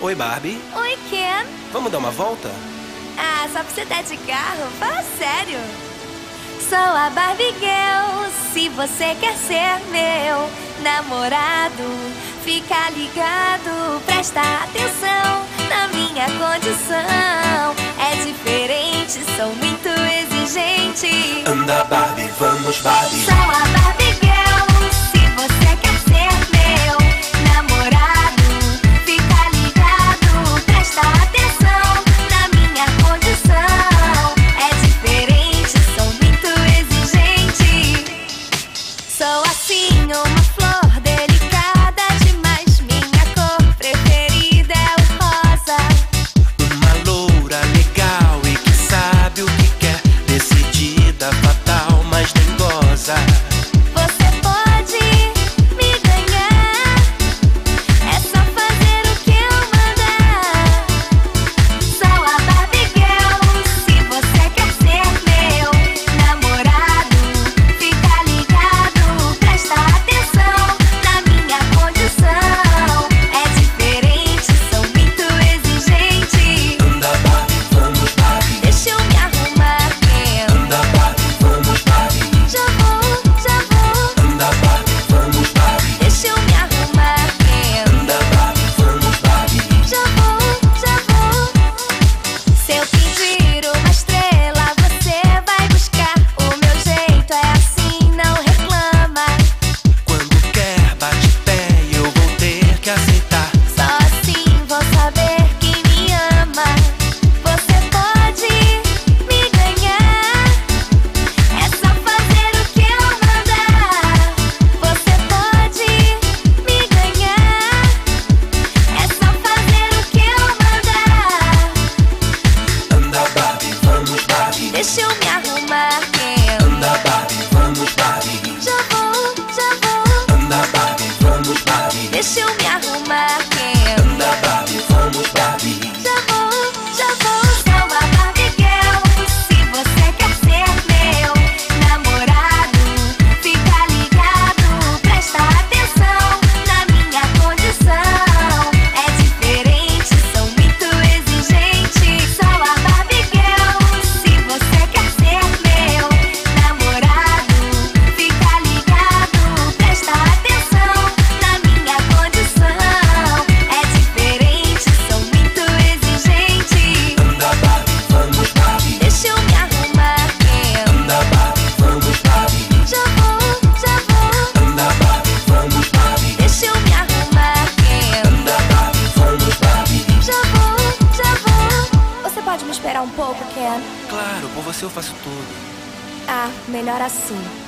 Oi, Barbie. Oi, Ken. Vamos dar uma volta? Ah, só pra você estar de carro? Fala sério. Sou a Barbie Girl, se você quer ser meu namorado, fica ligado, presta atenção na minha condição. É diferente, sou muito exigente. Anda, Barbie, vamos, Barbie. Sou a Barbie Girl, se você quer ser meu namorado, fica ligado, presta atenção na minha condição. É diferente, sou muito exigente. Sou assim uma flor delicada demais, minha cor preferida é o rosa. Uma loura legal e que sabe o que quer. Decidida, fatal, mas nem goza. Você pode me ganhar, é só fazer o que eu mandar. Sou a Barbie Girl, se você quer ser meu namorado, fica ligado, presta atenção na minha condição. É diferente, sou muito exigente. Anda, Barbie, vamos, Barbie. Deixa eu me arrumar, meu. Anda, Barbie, vamos, Barbie. Já vou, já vou. Anda, Barbie, vamos, Barbie. Deixa eu me arrumar, eu Anda, Barbie, vamos, Barbie. já vou, já vou. Se eu pedir uma estrela, você vai buscar. O meu jeito é assim, não reclama. Quando quer, bate pé e eu vou ter que aceitar. Só assim vou saber que me ama. Você pode me ganhar, é só fazer o que eu mandar. Você pode me ganhar, é só fazer o que eu mandar. Anda, Barbie, vamos, Barbie. Deixa eu me arrumar, eu Anda, Barbie, vamos, Barbie. já vou, já vou. Anda, Barbie, vamos, Barbie. Deixa eu me arrumar, eu Anda, Barbie, vamos, Barbie. já vou, já vou. Sou a Barbie Girl, se você quer ser meu namorado, fica ligado, presta atenção na minha condição. É diferente, sou muito exigente. Sou a Barbie Girl, se você quer ser meu namorado, fica ligado, presta atenção na minha condição. É diferente, sou muito exigente. Anda, Barbie, vamos, Barbie. Deixa eu me arrumar, eu Anda, Barbie, vamos, Barbie. já vou, já vou. Anda, Barbie, vamos, Barbie. Deixa eu me arrumar, eu Anda, Barbie, vamos, Barbie. já vou, já vou. Você pode me esperar um pouco, Ken? Claro, por você eu faço tudo. Ah, melhor assim.